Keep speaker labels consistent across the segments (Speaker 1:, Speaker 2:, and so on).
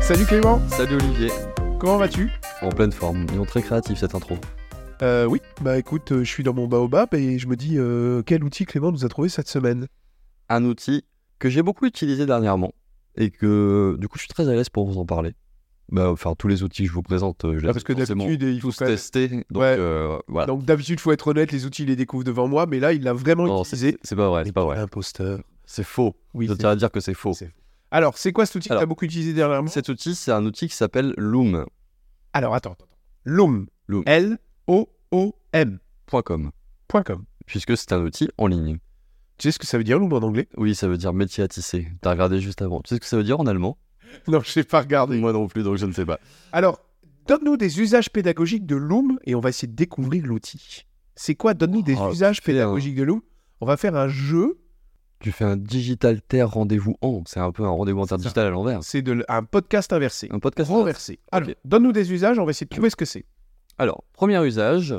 Speaker 1: Salut Clément,
Speaker 2: Salut Olivier,
Speaker 1: comment vas-tu
Speaker 2: en pleine forme, disons très créatif cette intro.
Speaker 1: Euh, Oui, bah écoute, euh, je suis dans mon baobab et je me dis euh, quel outil Clément nous a trouvé cette semaine.
Speaker 2: Un outil que j'ai beaucoup utilisé dernièrement et que du coup je suis très à l'aise pour vous en parler. Bah, enfin, tous les outils que je vous présente, euh, je les
Speaker 1: Ah, parce que
Speaker 2: ai forcément
Speaker 1: d'habitude, il faut
Speaker 2: tous
Speaker 1: quand même-
Speaker 2: testés. Donc
Speaker 1: Ouais.
Speaker 2: euh, voilà.
Speaker 1: Donc d'habitude, faut être honnête, les outils, il les découvre devant moi, mais là, il l'a vraiment
Speaker 2: Non, c'est
Speaker 1: utilisé.
Speaker 2: c'est pas vrai, c'est pas vrai.
Speaker 1: Imposteur.
Speaker 2: C'est faux.
Speaker 1: Oui.
Speaker 2: Je
Speaker 1: c'est-
Speaker 2: tiens à dire que c'est faux.
Speaker 1: C'est- Alors, c'est quoi cet outil que
Speaker 2: Alors,
Speaker 1: tu as beaucoup utilisé dernièrement
Speaker 2: Cet outil, c'est un outil qui s'appelle Loom.
Speaker 1: Alors, attends. attends. Loom.
Speaker 2: Loom.
Speaker 1: L-O-O-M.com.
Speaker 2: .com, puisque c'est un outil en ligne.
Speaker 1: Tu sais ce que ça veut dire, Loom, en anglais
Speaker 2: Oui, ça veut dire métier à tisser. T'as regardé juste avant. Tu sais ce que ça veut dire en allemand
Speaker 1: Non, je sais pas regardé.
Speaker 2: Moi non plus, donc je ne sais pas.
Speaker 1: Alors, donne-nous des usages pédagogiques de Loom et on va essayer de découvrir l'outil. C'est quoi Donne-nous des
Speaker 2: Oh,
Speaker 1: usages
Speaker 2: putain.
Speaker 1: pédagogiques de Loom. On va faire un jeu.
Speaker 2: Tu fais un digital terre rendez-vous en. C'est un peu un rendez-vous interdigital à l'envers.
Speaker 1: C'est de l- un podcast inversé.
Speaker 2: Un podcast.
Speaker 1: Renversé. Alors, donne-nous des usages, on va essayer de trouver ce que c'est.
Speaker 2: Alors, premier usage,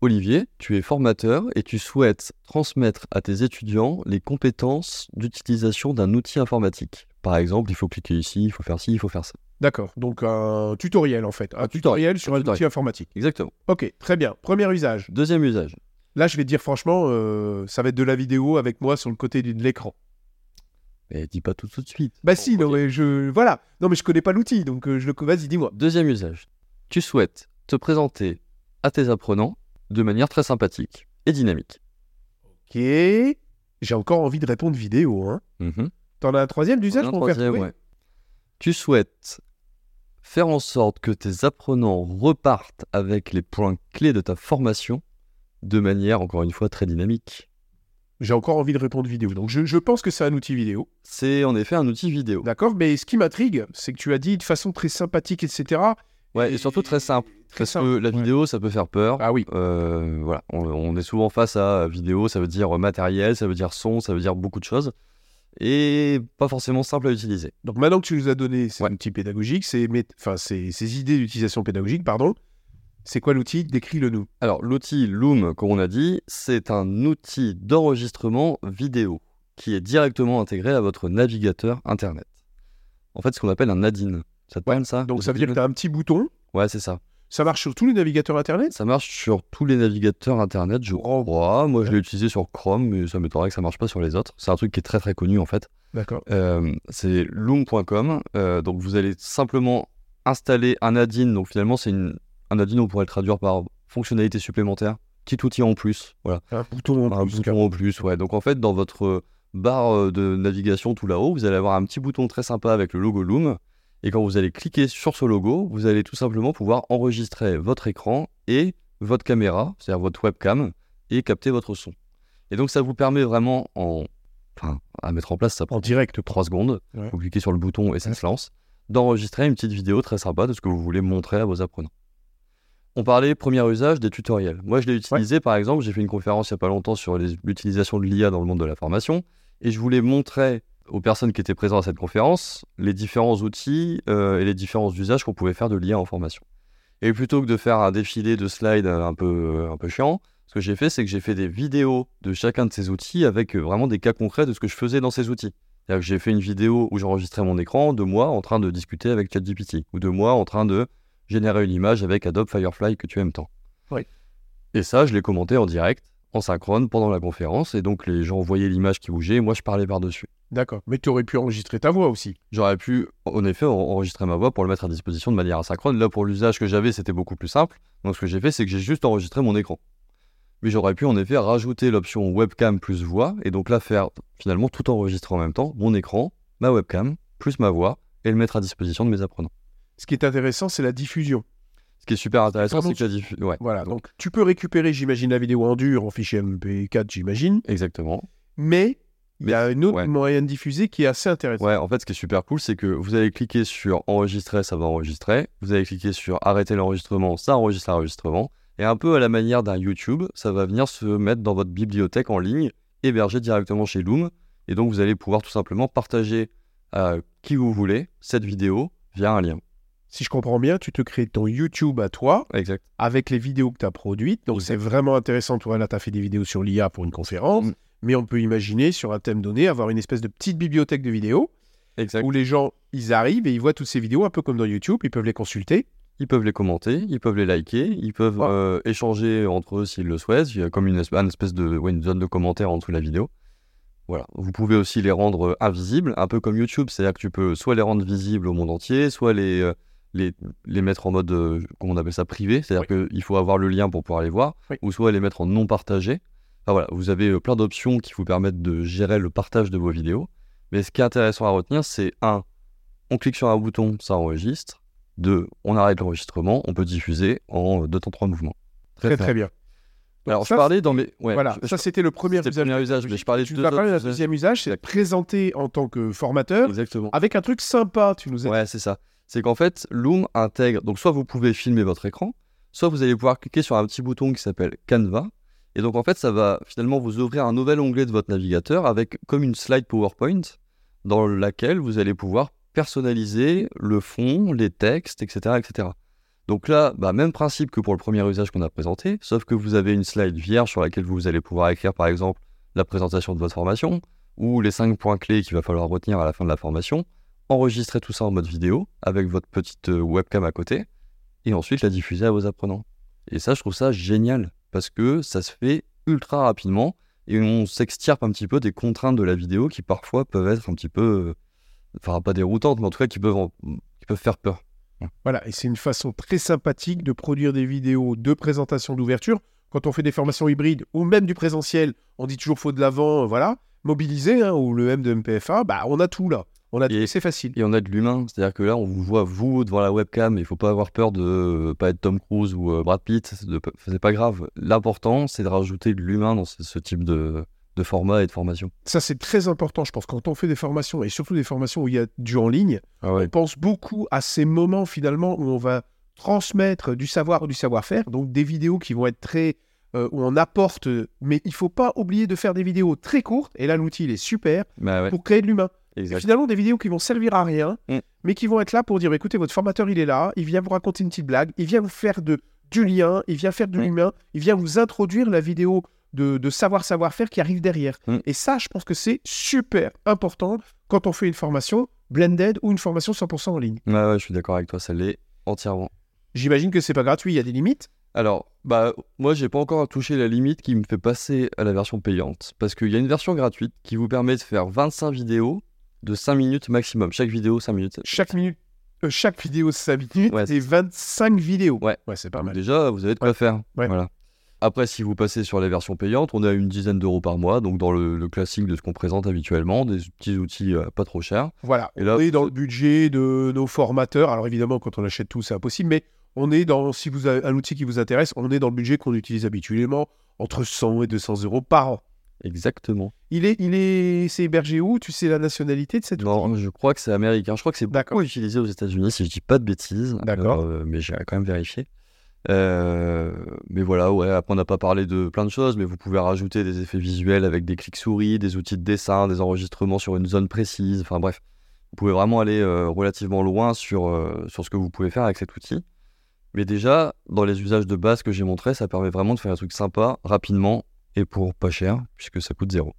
Speaker 2: Olivier, tu es formateur et tu souhaites transmettre à tes étudiants les compétences d'utilisation d'un outil informatique. Par exemple, il faut cliquer ici, il faut faire ci, il faut faire ça.
Speaker 1: D'accord. Donc, un tutoriel, en fait. Un
Speaker 2: tutoriel.
Speaker 1: tutoriel sur
Speaker 2: Un
Speaker 1: un
Speaker 2: tutoriel.
Speaker 1: outil informatique.
Speaker 2: Exactement.
Speaker 1: Ok, très bien. Premier usage.
Speaker 2: Deuxième usage,
Speaker 1: Là, je vais te dire franchement, euh, ça va être de la vidéo avec moi sur le côté du- de l'écran.
Speaker 2: mais dis pas tout tout de suite.
Speaker 1: Bah
Speaker 2: Bon,
Speaker 1: si, non
Speaker 2: Oh, ok.
Speaker 1: mais je... Voilà. Non mais je connais pas l'outil, donc euh, je le... Vas-y, dis-moi.
Speaker 2: Deuxième usage, tu souhaites te présenter à tes apprenants de manière très sympathique et dynamique.
Speaker 1: Ok. J'ai encore envie de répondre vidéo, hein.
Speaker 2: Mhm.
Speaker 1: T'en as un troisième d'usage
Speaker 2: Un
Speaker 1: pour me faire
Speaker 2: troisième,
Speaker 1: trouver
Speaker 2: ouais. Tu souhaites faire en sorte que tes apprenants repartent avec les points clés de ta formation de manière, encore une fois, très dynamique.
Speaker 1: J'ai encore envie de répondre vidéo. Donc je, je pense que c'est un outil vidéo.
Speaker 2: C'est en effet un outil vidéo.
Speaker 1: D'accord Mais ce qui m'intrigue, c'est que tu as dit de façon très sympathique, etc.
Speaker 2: Ouais, et surtout très simple.
Speaker 1: Très
Speaker 2: Parce
Speaker 1: simple.
Speaker 2: que la
Speaker 1: ouais.
Speaker 2: vidéo, ça peut faire peur.
Speaker 1: Ah oui.
Speaker 2: Euh, voilà, on, on est souvent face à vidéo, ça veut dire matériel, ça veut dire son, ça veut dire beaucoup de choses. Et pas forcément simple à utiliser.
Speaker 1: Donc maintenant que tu nous as donné ces
Speaker 2: Ouais.
Speaker 1: outils pédagogiques, ces, mét- enfin, ces, ces idées d'utilisation pédagogique, pardon, c'est quoi l'outil Décris-le nous.
Speaker 2: Alors, l'outil Loom, comme on a dit, c'est un outil d'enregistrement vidéo qui est directement intégré à votre navigateur Internet. En fait, ce qu'on appelle un ADIN. Ça te parle, ça
Speaker 1: Donc
Speaker 2: Les
Speaker 1: ça veut dire que
Speaker 2: ADIN?
Speaker 1: tu as un petit bouton,
Speaker 2: Ouais, c'est ça.
Speaker 1: ça marche sur tous les navigateurs Internet
Speaker 2: Ça marche sur tous les navigateurs Internet, je crois. Moi, je l'ai utilisé sur Chrome, mais ça m'étonnerait que ça marche pas sur les autres. C'est un truc qui est très très connu, en fait.
Speaker 1: D'accord.
Speaker 2: Euh, c'est loom.com. Euh, donc vous allez simplement installer un add-in. Donc finalement, c'est une... un add-in, on pourrait le traduire par fonctionnalité supplémentaire, petit outil en plus. Voilà,
Speaker 1: Un bouton en
Speaker 2: un
Speaker 1: plus,
Speaker 2: bouton en plus. Ouais. Donc en fait, dans votre barre euh, de navigation tout là-haut, vous allez avoir un petit bouton très sympa avec le logo Loom. Et quand vous allez cliquer sur ce logo, vous allez tout simplement pouvoir enregistrer votre écran et votre caméra, c'est-à-dire votre webcam, et capter votre son. Et donc ça vous permet vraiment en... Enfin, à mettre en place, ça prend
Speaker 1: en direct. quoi.
Speaker 2: 3 secondes,
Speaker 1: Ouais.
Speaker 2: vous cliquez sur le bouton et ça
Speaker 1: Ouais.
Speaker 2: se lance, d'enregistrer une petite vidéo très sympa de ce que vous voulez montrer à vos apprenants. On parlait premier usage des tutoriels. Moi, je l'ai utilisé par exemple, j'ai fait une conférence il n'y a pas longtemps sur les- l'utilisation de l'IA dans le monde de la formation et je voulais montrer aux personnes qui étaient présentes à cette conférence les différents outils euh, et les différents usages qu'on pouvait faire de l'IA en formation. Et plutôt que de faire un défilé de slides euh, un peu, un peu chiant, ce que j'ai fait, c'est que j'ai fait des vidéos de chacun de ces outils avec euh, vraiment des cas concrets de ce que je faisais dans ces outils. C'est-à-dire que j'ai fait une vidéo où j'enregistrais mon écran de moi en train de discuter avec ChatGPT ou de moi en train de générer une image avec Adobe Firefly que tu aimes tant.
Speaker 1: Oui.
Speaker 2: Et ça, je l'ai commenté en direct, en synchrone, pendant la conférence. Et donc, les gens voyaient l'image qui bougeait et moi, je parlais par-dessus.
Speaker 1: D'accord. Mais tu aurais pu enregistrer ta voix aussi.
Speaker 2: J'aurais pu, en effet, en- enregistrer ma voix pour le mettre à disposition de manière asynchrone. Là, pour l'usage que j'avais, c'était beaucoup plus simple. Donc, ce que j'ai fait, c'est que j'ai juste enregistré mon écran. Mais j'aurais pu, en effet, rajouter l'option webcam plus voix, et donc là, faire finalement tout enregistrer en même temps, mon écran, ma webcam, plus ma voix, et le mettre à disposition de mes apprenants.
Speaker 1: Ce qui est intéressant, c'est la diffusion.
Speaker 2: Ce qui est super intéressant,
Speaker 1: Pardon,
Speaker 2: c'est que la diffu- Ouais,
Speaker 1: Voilà, donc, tu peux récupérer, j'imagine, la vidéo en dur, en fichier MP4, j'imagine,
Speaker 2: exactement.
Speaker 1: mais il y a un autre
Speaker 2: ouais.
Speaker 1: moyen de diffuser qui est assez intéressant.
Speaker 2: Ouais, en fait, ce qui est super cool, c'est que vous allez cliquer sur enregistrer, ça va enregistrer. Vous allez cliquer sur arrêter l'enregistrement, ça enregistre l'enregistrement. Et un peu à la manière d'un YouTube, ça va venir se mettre dans votre bibliothèque en ligne, hébergée directement chez Loom. Et donc, vous allez pouvoir tout simplement partager à qui vous voulez cette vidéo via un lien.
Speaker 1: Si je comprends bien, tu te crées ton YouTube à toi
Speaker 2: Exact.
Speaker 1: avec les vidéos que tu as produites.
Speaker 2: Mm.
Speaker 1: Donc c'est vraiment intéressant. Toi, là, tu as fait des vidéos sur l'IA pour une conférence,
Speaker 2: Mm.
Speaker 1: mais on peut imaginer sur un thème donné avoir une espèce de petite bibliothèque de vidéos.
Speaker 2: Exact.
Speaker 1: où les gens, ils arrivent et ils voient toutes ces vidéos, un peu comme dans YouTube, ils peuvent les consulter.
Speaker 2: Ils peuvent les commenter, ils peuvent les liker, ils peuvent
Speaker 1: Ouais.
Speaker 2: euh, échanger entre eux s'ils le souhaitent. Il y a comme une espèce, une espèce de ouais, une zone de commentaires en dessous de la vidéo. Voilà. Vous pouvez aussi les rendre euh, invisibles, un peu comme YouTube, c'est-à-dire que tu peux soit les rendre visibles au monde entier, soit les, euh, les, les mettre en mode, euh, comment on appelle ça, privé, c'est-à-dire qu'il faut avoir le lien pour pouvoir les voir,
Speaker 1: Oui.
Speaker 2: ou soit les mettre en non partagé. Enfin, voilà, vous avez euh, plein d'options qui vous permettent de gérer le partage de vos vidéos. Mais ce qui est intéressant à retenir, c'est un, on clique sur un bouton, ça enregistre. Deux, on arrête l'enregistrement, on peut diffuser en euh, deux temps trois mouvements.
Speaker 1: Très, très bien. Donc
Speaker 2: Alors,
Speaker 1: ça,
Speaker 2: je parlais dans mes. ouais,
Speaker 1: Voilà,
Speaker 2: je-
Speaker 1: ça c'était le premier
Speaker 2: c'était le
Speaker 1: usage.
Speaker 2: premier usage, mais je parlais de
Speaker 1: tu
Speaker 2: deux
Speaker 1: vas parler d'un
Speaker 2: autres usages.
Speaker 1: deuxième usage, c'est de présenter en tant que formateur
Speaker 2: Exactement.
Speaker 1: avec un truc sympa, tu nous as
Speaker 2: Ouais, c'est ça. C'est qu'en fait, Loom intègre. Donc, soit vous pouvez filmer votre écran, soit vous allez pouvoir cliquer sur un petit bouton qui s'appelle Canva. Et donc, en fait, ça va finalement vous ouvrir un nouvel onglet de votre navigateur avec comme une slide PowerPoint dans laquelle vous allez pouvoir personnaliser le fond, les textes, etc. etc. Donc là, bah, même principe que pour le premier usage qu'on a présenté, sauf que vous avez une slide vierge sur laquelle vous allez pouvoir écrire, par exemple, la présentation de votre formation ou les cinq points clés qu'il va falloir retenir à la fin de la formation enregistrer tout ça en mode vidéo avec votre petite euh, webcam à côté et ensuite la diffuser à vos apprenants. Et ça, je trouve ça génial parce que ça se fait ultra rapidement et on s'extirpe un petit peu des contraintes de la vidéo qui parfois peuvent être un petit peu, euh, enfin pas déroutantes, mais en tout cas qui peuvent, en- qui peuvent faire peur.
Speaker 1: Voilà, et c'est une façon très sympathique de produire des vidéos de présentation d'ouverture. Quand on fait des formations hybrides ou même du présentiel, on dit toujours faut de l'avant, euh, voilà, mobiliser hein, ou le M de MPFA, bah on a tout là, on a
Speaker 2: Et-
Speaker 1: tout, c'est facile.
Speaker 2: Et on a de l'humain, c'est-à-dire que là, on vous voit vous devant la webcam, il faut pas avoir peur de euh, pas être Tom Cruise ou euh, Brad Pitt, de- c'est pas grave. L'important, c'est de rajouter de l'humain dans ce, ce type de- de format et de formation.
Speaker 1: Ça c'est très important, je pense. Quand on fait des formations et surtout des formations où il y a du en ligne,
Speaker 2: Ah ouais.
Speaker 1: on pense beaucoup à ces moments finalement où on va transmettre du savoir ou du savoir-faire, donc des vidéos qui vont être très euh, où on apporte, mais il faut pas oublier de faire des vidéos très courtes. Et là l'outil il est super
Speaker 2: Bah ouais,
Speaker 1: pour créer de l'humain.
Speaker 2: exact.
Speaker 1: Finalement, des vidéos qui vont servir à rien,
Speaker 2: Mm.
Speaker 1: mais qui vont être là pour dire bah, écoutez, votre formateur, il est là, il vient vous raconter une petite blague, il vient vous faire de, du lien, il vient faire de
Speaker 2: Mm.
Speaker 1: l'humain, il vient vous introduire la vidéo de, de savoir-savoir-faire qui arrive derrière.
Speaker 2: Mm.
Speaker 1: Et ça, je pense que c'est super important quand on fait une formation blended ou une formation 100% en ligne.
Speaker 2: Ouais, ouais, je suis d'accord avec toi, ça l'est entièrement.
Speaker 1: J'imagine que c'est pas gratuit, il y a des limites.
Speaker 2: Alors, bah, moi, j'ai pas encore touché la limite qui me fait passer à la version payante. Parce qu'il y a une version gratuite qui vous permet de faire 25 vidéos de 5 minutes maximum. Chaque vidéo, 5 minutes.
Speaker 1: Chaque minute. euh, chaque vidéo 5 minutes
Speaker 2: Ouais,
Speaker 1: et 25 vidéos.
Speaker 2: Ouais.
Speaker 1: c'est pas mal.
Speaker 2: Déjà, vous avez de quoi faire.
Speaker 1: Ouais.
Speaker 2: Voilà. Après, si vous passez sur les versions payantes, on a une dizaine d'euros par mois, donc dans le, le classique de ce qu'on présente habituellement, des petits outils euh, pas trop chers.
Speaker 1: Voilà,
Speaker 2: Et là,
Speaker 1: on est dans le budget de nos formateurs. Alors évidemment, quand on achète tout, c'est impossible, mais on est dans, si vous avez un outil qui vous intéresse, on est dans le budget qu'on utilise habituellement, entre 100 et 200 euros par an.
Speaker 2: Exactement.
Speaker 1: Il est, il est, c'est hébergé où Tu sais la nationalité de cet outil
Speaker 2: Non, je crois que c'est américain. Je crois que c'est
Speaker 1: D'accord.
Speaker 2: beaucoup utilisé aux États-Unis, si je dis pas de bêtises.
Speaker 1: D'accord.
Speaker 2: Euh, mais j'ai quand même vérifié. Euh, mais voilà, ouais. Après, on n'a pas parlé de plein de choses, mais vous pouvez rajouter des effets visuels avec des clics souris, des outils de dessin, des enregistrements sur une zone précise. Enfin bref, vous pouvez vraiment aller euh, relativement loin sur, euh, sur ce que vous pouvez faire avec cet outil. Mais déjà, dans les usages de base que j'ai montrés, ça permet vraiment de faire un truc sympa, rapidement et pour pas cher, puisque ça coûte zéro.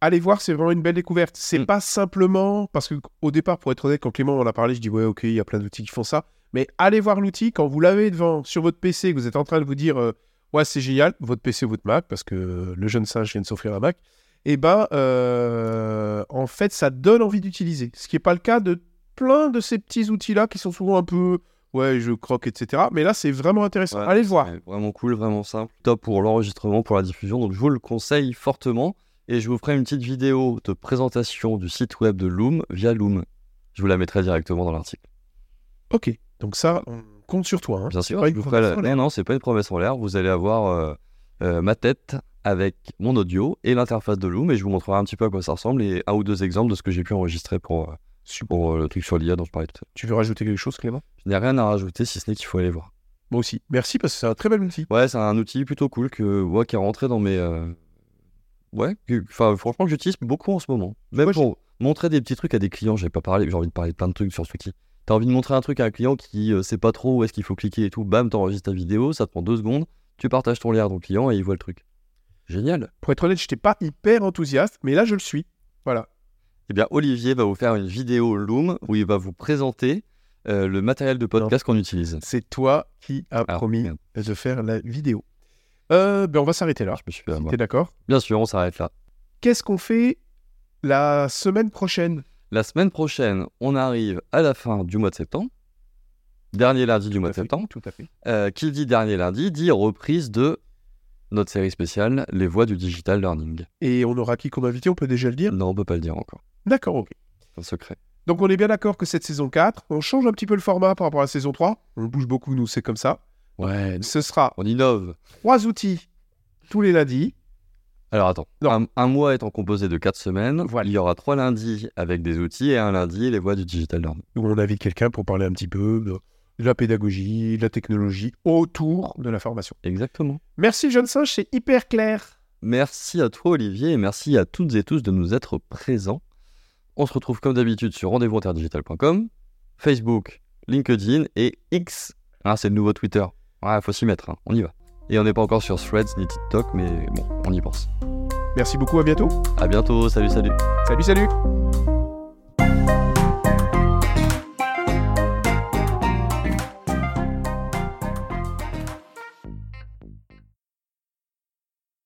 Speaker 1: Allez voir, c'est vraiment une belle découverte. C'est
Speaker 2: Mm.
Speaker 1: pas simplement parce que au départ, pour être honnête, quand Clément en a parlé, je dis ouais, ok, il y a plein d'outils qui font ça, mais allez voir l'outil quand vous l'avez devant sur votre PC, que vous êtes en train de vous dire euh, ouais, c'est génial, votre PC ou votre Mac, parce que euh, le jeune singe vient de s'offrir un Mac. Et ben, euh, en fait, ça donne envie d'utiliser, ce qui n'est pas le cas de plein de ces petits outils-là qui sont souvent un peu ouais, je croque, etc. Mais là, c'est vraiment intéressant.
Speaker 2: Ouais,
Speaker 1: allez le voir.
Speaker 2: Ouais, vraiment cool, vraiment simple. Top pour l'enregistrement, pour la diffusion. Donc je vous le conseille fortement. Et je vous ferai une petite vidéo de présentation du site web de Loom via Loom. Je vous la mettrai directement dans l'article.
Speaker 1: Ok, donc ça, on compte sur toi. hein.
Speaker 2: Bien sûr,
Speaker 1: pas
Speaker 2: je
Speaker 1: une
Speaker 2: vous ferai la- Eh
Speaker 1: promesse en
Speaker 2: Non, non, c'est pas une promesse en l'air. Vous allez avoir euh, euh, ma tête avec mon audio et l'interface de Loom. Et je vous montrerai un petit peu à quoi ça ressemble et un ou deux exemples de ce que j'ai pu enregistrer pour, euh, pour euh, le truc sur l'IA dont je parlais tout à l'heure.
Speaker 1: Tu veux rajouter quelque chose, Clément
Speaker 2: Je n'ai rien à rajouter si ce n'est qu'il faut aller voir.
Speaker 1: Moi aussi. Merci parce que c'est un très bel outil.
Speaker 2: Ouais, c'est un outil plutôt cool que ouais, qui est rentré dans mes. euh, Ouais, que- enfin, franchement, que j'utilise beaucoup en ce moment. Même
Speaker 1: Moi,
Speaker 2: pour montrer des petits trucs à des clients, j'ai pas parlé, j'ai envie de parler de plein de trucs sur cet outil. T'as envie de montrer un truc à un client qui euh, sait pas trop où est-ce qu'il faut cliquer et tout, bam, t'enregistres ta vidéo, ça te prend deux secondes, tu partages ton lien à ton client et il voit le truc. Génial.
Speaker 1: Pour être honnête, je n'étais pas hyper enthousiaste, mais là, je le suis. Voilà.
Speaker 2: Eh bien, Olivier va vous faire une vidéo Loom où il va vous présenter euh, le matériel de podcast qu'on utilise.
Speaker 1: C'est toi qui as
Speaker 2: Alors,
Speaker 1: promis
Speaker 2: merde,
Speaker 1: de faire la vidéo. Euh, ben on va s'arrêter là.
Speaker 2: je me suis fait avoir.
Speaker 1: T'es d'accord
Speaker 2: Bien sûr, on s'arrête là.
Speaker 1: Qu'est-ce qu'on fait la semaine prochaine
Speaker 2: La semaine prochaine, on arrive à la fin du mois de septembre. Dernier lundi du mois de
Speaker 1: Tout à fait,
Speaker 2: septembre.
Speaker 1: Tout à fait.
Speaker 2: Euh, qui dit dernier lundi dit reprise de notre série spéciale Les voies du digital learning.
Speaker 1: Et on aura qui comme invité On peut déjà le dire
Speaker 2: Non, on peut pas le dire encore.
Speaker 1: D'accord, ok.
Speaker 2: C'est un secret.
Speaker 1: Donc on est bien d'accord que cette saison 4, on change un petit peu le format par rapport à la saison 3. On bouge beaucoup, nous, c'est comme ça.
Speaker 2: Ouais,
Speaker 1: Ce sera
Speaker 2: on innove.
Speaker 1: trois outils tous les lundis.
Speaker 2: Alors attends,
Speaker 1: Non.
Speaker 2: un, un mois étant composé de quatre semaines,
Speaker 1: Voilà.
Speaker 2: il y aura trois lundis avec des outils et un lundi les voies du digital learning.
Speaker 1: où on invite quelqu'un pour parler un petit peu de de la pédagogie, de la technologie autour de la formation.
Speaker 2: Exactement.
Speaker 1: Merci John Singe, c'est hyper clair.
Speaker 2: Merci à toi Olivier et merci à toutes et tous de nous être présents. On se retrouve comme d'habitude sur rendez-vous-interdigital.com, Facebook, LinkedIn et X. Ah, c'est le nouveau Twitter. Ouais, faut s'y mettre, hein. on y va. Et on n'est pas encore sur Threads ni TikTok, mais bon, on y pense.
Speaker 1: Merci beaucoup, à bientôt.
Speaker 2: À bientôt, salut, salut.
Speaker 1: Salut, salut.